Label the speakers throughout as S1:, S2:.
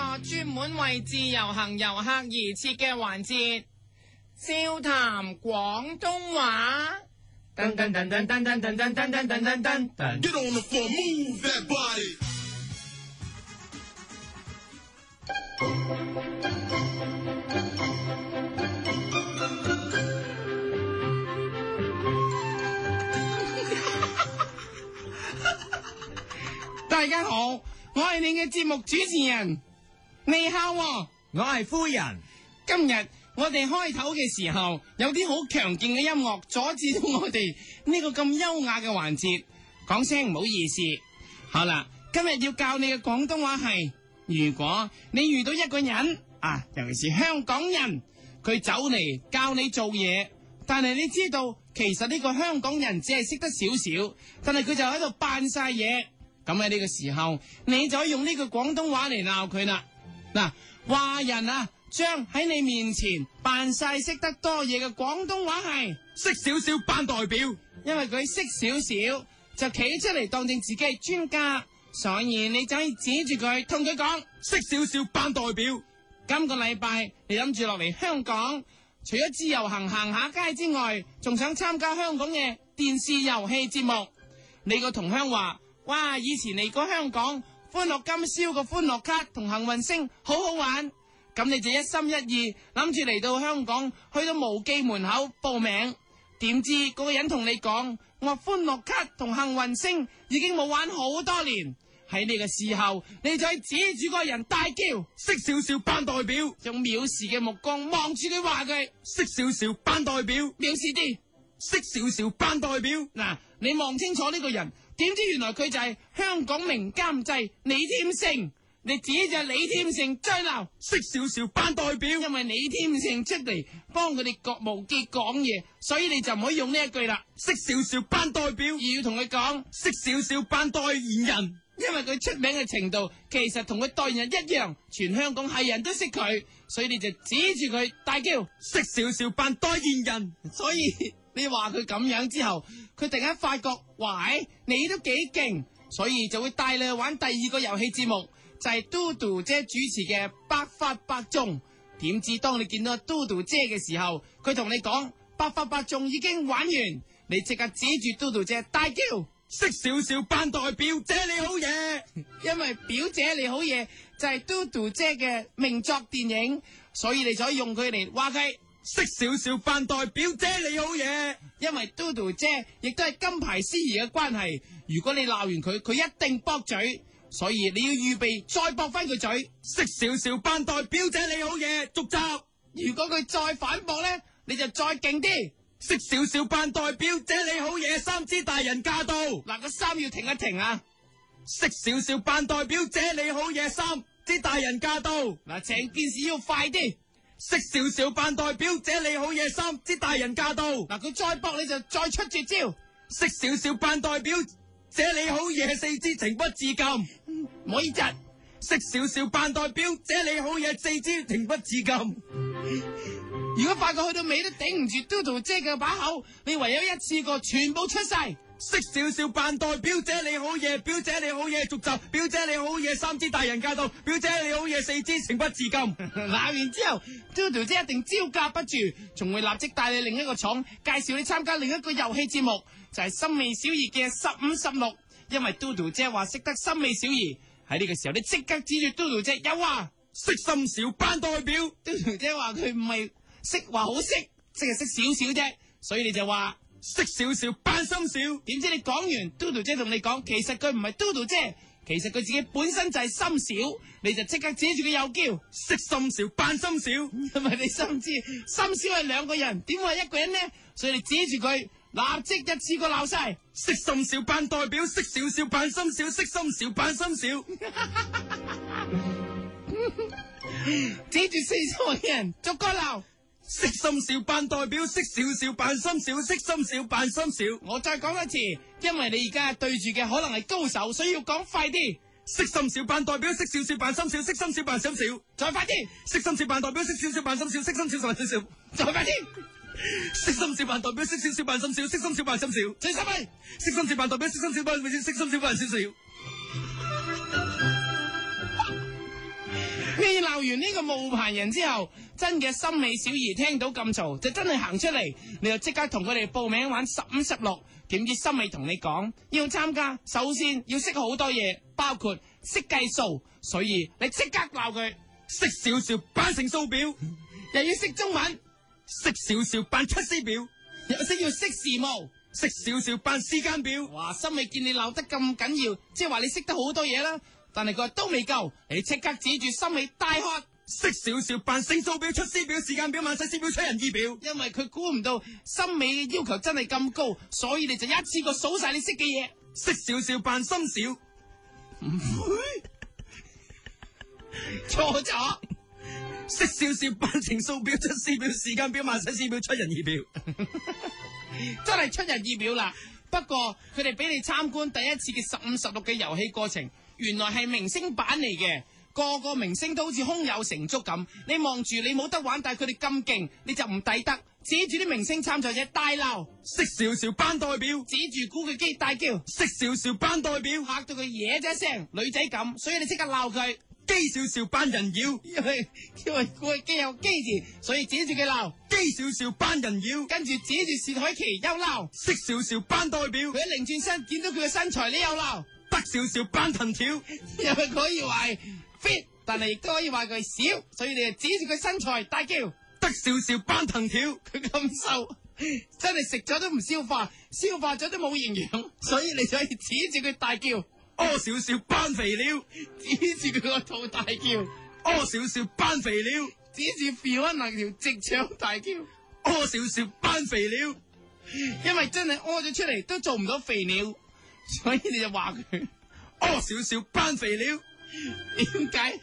S1: 專門為自由行遊客而設嘅環節，笑談廣東話。噔噔噔噔噔噔噔噔噔噔噔噔噔。
S2: Get on the floor, move that body.
S1: 大家好，我係你嘅節目主持人，你好喎、
S3: 我係夫人，
S1: 今日我哋開頭嘅時候有啲好強勁嘅音樂阻止到我哋呢個咁優雅嘅環節，講聲唔好意思。好啦，今日要教你嘅廣東話係，如果你遇到一個人啊，尤其是香港人，佢走嚟教你做嘢，但係你知道其實呢個香港人只係識得少少，但係佢就喺度扮晒嘢。咁喺呢個時候，你就可以用呢句廣東話嚟鬧佢啦。嗱，話人啊，將喺你面前扮晒識得多嘢嘅廣東話係，
S3: 識少少班代表，
S1: 因為佢識少少，就企出嚟當正自己係專家，所以你就可以指住佢同佢講。
S3: 識少少班代表，
S1: 今個禮拜你諗住落嚟香港，除咗自由行行下街之外，仲想參加香港嘅電視遊戲節目。你個同鄉話：，哇！以前嚟過香港，歡樂今宵個歡樂卡同幸運星好好玩。咁你就一心一意諗住嚟到香港，去到無記門口報名。點知嗰個人同你講，我歡樂卡同幸運星已經冇玩好多年。喺呢個時候，你就係指住嗰個人大叫。
S3: 識少少班代表，
S1: 用藐視嘅目光望住佢話佢
S3: 識少少班代表，
S1: 藐視啲。
S3: 識少少班代表，
S1: 嗱，你望清楚呢個人，點知原來佢就係香港名監製李添勝。你指就李添勝追鬧，
S3: 識少少班代表，
S1: 因為李添勝出嚟幫佢哋國無記講嘢，所以你就唔可以用呢一句啦，
S3: 識少少班代表
S1: 而，要同佢講，
S3: 識少少班代言人，
S1: 因為佢出名嘅程度其實同佢代言人一樣，全香港係人都識佢，所以你就指住佢大叫。
S3: 識少少班代言人，
S1: 所以你話佢咁樣之後，佢突然間發覺，喂，你都幾勁，所以就會帶你去玩第二個遊戲節目，就係嘟嘟姐主持嘅《百發百中》。點知當你見到嘟嘟姐嘅時候，佢同你講《百發百中》已經玩完，你即刻指住嘟嘟姐大叫，
S3: 識少少班代表，姐你好嘢，
S1: 因為表姐你好嘢就係嘟嘟姐嘅名作電影，所以你就可以用佢嚟話佢。
S3: 識少少班代表，姐你好嘢，
S1: 因為嘟嘟姐亦都係金牌司儀嘅關係，如果你鬧完佢，佢一定駁嘴，所以你要預備再駁翻佢嘴。
S3: 識少少班代表，姐你好嘢，續集。
S1: 如果佢再反駁呢，你就再勁啲。
S3: 識少少班代表，姐你好嘢，三支大人駕到。
S1: 嗱，個衫要停一停啊！
S3: 識少少扮代表姐你好嘢三，之大人駕到。
S1: 嗱，成件事要快啲。
S3: 識少少扮代表姐你好嘢三，之大人駕到。
S1: 嗱，佢再駁你就再出絕招，
S3: 識少少扮代表姐你好嘢四支情不自禁。
S1: 唔可以窒。
S3: 識少少扮代表姐你好嘢四支情不自禁。
S1: 如果發覺去到尾都頂唔住嘟嘟姐嘅把口，你唯有一次過全部出晒。
S3: 識少少扮代表姐你好嘢，表姐你好嘢續集，表姐你好嘢三支大人駕到，表姐你好嘢四支情不 自禁。
S1: 鬧完之後，嘟嘟姐一定招架不住，仲會立即帶你另一個廠，介紹你參加另一個遊戲節目，就係、森美小儀嘅十五十六。因為嘟嘟姐話識得森美小儀，喺呢個時候你即刻指住嘟嘟姐有啊！
S3: 識心小班代表。
S1: 嘟嘟姐話佢唔係識話好識，即係識少少啫，所以你就話。
S3: 識少少扮心少，
S1: 點知你講完，嘟嘟姐同你講，其實佢唔係嘟嘟姐，其實佢自己本身就係心小，你就即刻指住佢又叫。
S3: 識心少扮心 少，
S1: 因為你心知心小係兩個人，點會係一個人呢？所以你指住佢，立即一次過鬧晒。
S3: 識心少扮代表，識少少扮心少，識心少扮心少，
S1: 指住四周嘅人逐個鬧。
S3: 識心少扮代表，識少少扮心少，識心少扮心少，
S1: 我再講一次，因為你而家對住嘅可能係高手，所以要講快啲，
S3: 識心少扮代表，識少少扮心少，識心少扮心少，
S1: 再快啲，
S3: 識心少扮代表，識少少扮心少，識心少扮心少，
S1: 再快啲，
S3: 識心少扮代表，識少少扮心少，識心少扮心少，
S1: 最十分。
S3: 識心少扮代表，識心少扮心少，識心少扮心少，
S1: 你鬧完呢個冒牌人之後，真嘅森美小儀聽到咁嘈，就真係行出嚟，你就即刻同佢哋報名玩十五十六。點知森美同你講，要參加，首先要識好多嘢，包括識計數，所以你即刻鬧佢，
S3: 識少少扮成數表，
S1: 又要識中文，
S3: 識少少扮出師表，
S1: 又識要識時務。
S3: 識少少扮時間表。
S1: 哇！森美見你鬧得咁緊要，即係話你識得好多嘢啦，但係佢話都未夠，你即刻指住森美大喝。
S3: 識少少扮星數表、出師表、時間表、萬世師表、出人意表。
S1: 因為佢估唔到森美嘅要求真係咁高，所以你就一次過數晒你識嘅嘢。
S3: 識少少扮心少，
S1: 錯咗，
S3: 識少少扮情數表、出師表、時間表、萬世師表、出人意表。
S1: 真係出人意表啦。不過佢哋俾你參觀第一次嘅十五十六嘅遊戲過程，原來係明星版嚟嘅，個個明星都好似胸有成竹咁。你望住你冇得玩，但係佢哋咁勁，你就唔抵得，指住啲明星參賽者大鬧，
S3: 識少少扮代表，
S1: 指住古巨基大叫，
S3: 識少少扮代表，
S1: 嚇到佢嘢咗一聲，女仔咁，所以你即刻鬧佢。
S3: 基少少扮人妖，
S1: 因為因為古巨基有基字，所以指住佢鬧。
S3: 基少少扮人妖，
S1: 跟住指住薛凱琪又鬧，
S3: 識少少扮代表
S1: 佢，一擰轉身見到佢嘅身材，你又鬧，
S3: 得少少扮藤條，
S1: 因為佢可以話係 fit，但係亦都可以話佢係少，所以你就指住佢身材大叫，
S3: 得少少扮藤條，
S1: 佢咁瘦， 真係食咗都唔消化，消化咗都冇營養， 所以你就可以指住佢大叫，
S3: 屙少少扮肥料，
S1: 指住佢個肚大叫，指
S3: 屙少少扮肥料，
S1: 住 Fiona 條直腸大叫，因
S3: 屙少少扮肥料，
S1: 為真係屙咗出嚟都做唔到肥鳥， 所以你就話佢。
S3: 屙少少扮肥料。
S1: 點解？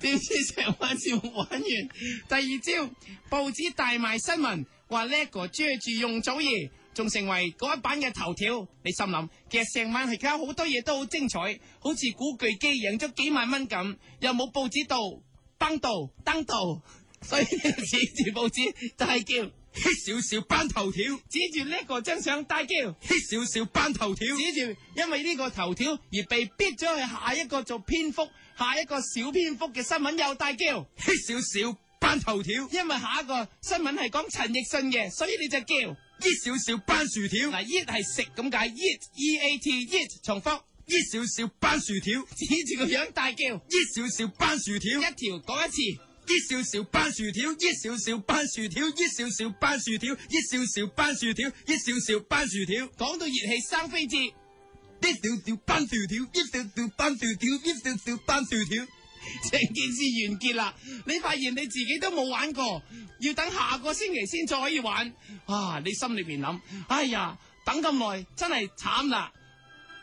S1: 點知成晚節目玩完，第二朝報紙大賣新聞，話叻哥追住容祖兒，仲成為嗰一版嘅頭條。你心諗，其實成晚而家好多嘢都好精彩，好似古巨基贏咗幾萬蚊咁，又冇報紙度登度登度，所以你就指住報紙大叫，
S3: hit 少少班頭條
S1: 指住叻哥張相大叫。
S3: ，hit 少少班頭條
S1: 指住因為呢個頭條而被逼咗去下一個做篇幅、下一個小篇幅嘅新聞又大叫，
S3: ，hit 少少班頭條
S1: 因為下一個新聞係講陳奕迅嘅，所以你就叫
S3: ，hit 少少班薯條
S1: 嗱，eat 係食咁解，eat e a t eat 重複，
S3: ，hit 少少班薯條
S1: 指住個樣大叫，
S3: ，hit 少少班薯條
S1: 一條講一次。
S3: ，hit 少少班薯條，hit 少少班薯條，hit 少少班薯條，hit 少少班薯條，hit 少少班薯條
S1: 講到熱氣生飛滋，
S3: ，hit 少少班薯條，hit 少少班薯條，hit 少少班薯條
S1: 成件事完結啦！你發現你自己都冇玩過，要等下個星期先再可以玩。啊！你心裏邊諗，哎呀，等咁耐真係慘啦！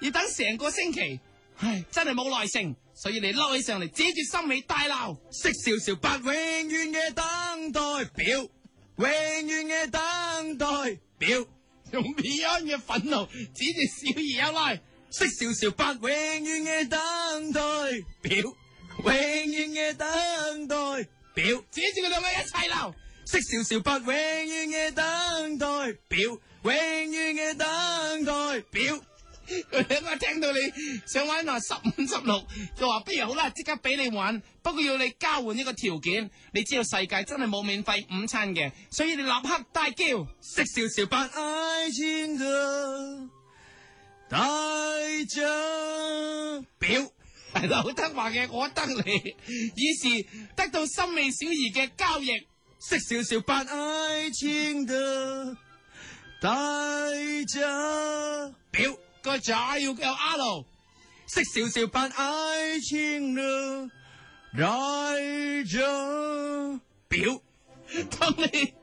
S1: 要等成個星期，唉，真係冇耐性，所以你嬲起上嚟，指住心尾大鬧。
S3: 識少少扮永遠嘅等待表，永遠嘅等待表。
S1: 用 Beyond 嘅憤怒指住小儀有耐，
S3: 识少少扮永遠嘅等待表，永遠嘅等待表，
S1: 指住佢兩個一齊鬧，
S3: 識少少扮永遠嘅等待表，永遠嘅等待表，
S1: 佢兩個聽到你想玩話十五十六，就話不如好啦，即刻俾你玩，不過要你交換一個條件。你知道世界真係冇免費午餐嘅，所以你立刻大叫。
S3: 識少少扮愛情的代價表，
S1: 劉德華嘅我得你，以是得到心美小儀嘅交易。
S3: 識少少扮愛情的代價表。
S1: 個仔要有 R，
S3: 识少少扮爱情的来者表，
S1: 當你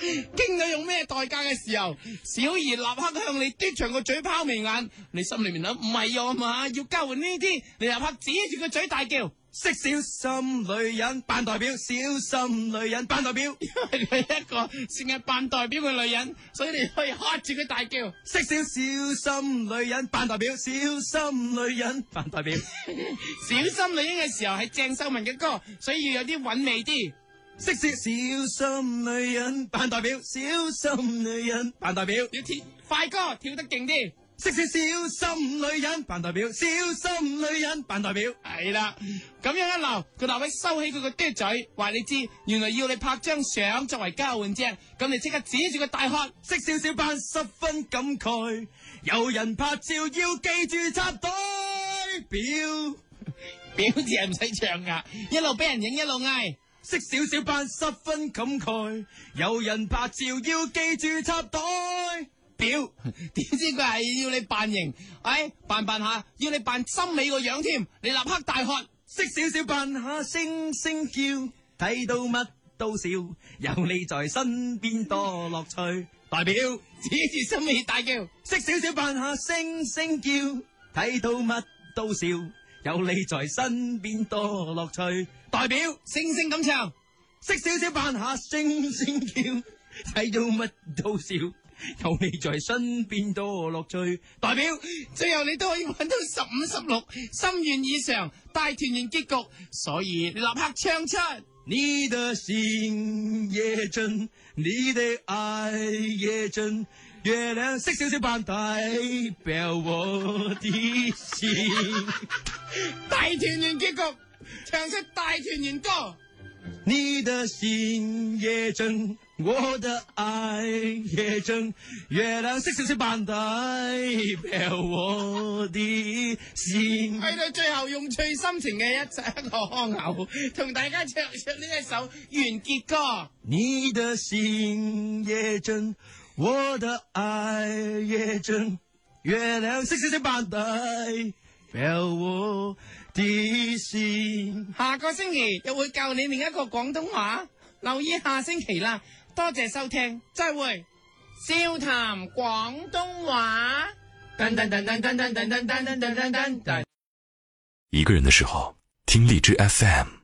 S1: 經到用咩代價嘅時候，小儀立刻向你嘟長個嘴拋眉眼。你心裏面諗唔係啊嘛，要交換呢啲，你立刻指住個嘴大叫。
S3: 识小心女人扮代表，小心女人扮代表，
S1: 因為佢係一個成日扮代表嘅女人，所以你可以喝住佢大叫，
S3: 识小小心女人扮代表，小心女人扮代表，
S1: 小心女人嘅時候係鄭秀文嘅歌，所以要有啲韻味啲。
S3: 识小小心女人扮代表，小心女人扮代表，
S1: 要跳快歌跳得勁啲，
S3: 識少小心女人扮代表，小心女人扮代表。
S1: 系啦，咁樣啊一鬧，佢立位收起佢個嘟嘴，話你知，原來要你拍張相作為交換啫。咁你即刻指住佢大喝，
S3: 識少少扮十分感慨，有人拍照要記住插袋表。
S1: 表字係唔使唱噶，一路俾人影一路嗌。
S3: 識少少扮十分感慨，有人拍照要記住插袋表。
S1: 點知佢係要你扮型，哎，扮扮下，要你扮森美個樣添。你立刻大喝，
S3: 識少少扮下聲聲叫，睇到乜都笑，有你在身邊多樂趣。代表
S1: 指住森美大叫。
S3: 識少少扮下聲聲叫，睇到乜都笑，有你在身邊多樂趣。代表
S1: 星星咁唱，
S3: 識少少扮下聲聲叫，睇到乜都笑，有你在身邊多樂趣。代表
S1: 最後你都可以揾到十五十六，心願以上，大團圓結局，所以你立刻唱出。
S3: 你的心也真，你的愛也真。月亮識少少扮代表我的心。
S1: 大團圓結局，唱出大團圓歌。
S3: 你的心也真，我的爱也真。月亮識少少扮代表我的心。
S1: 去到最後用最深情嘅一一個腔口，同大家唱唱呢一首完結歌。
S3: 你的心也真，我的爱也真。月亮識少少扮代表我的心。
S1: 下個星期又會教你另一個廣東話，留意下星期啦。多謝收聽，再會。笑談廣東話。噔噔噔噔噔噔噔噔噔噔噔噔噔。
S4: 一个人的时候，听荔枝 FM。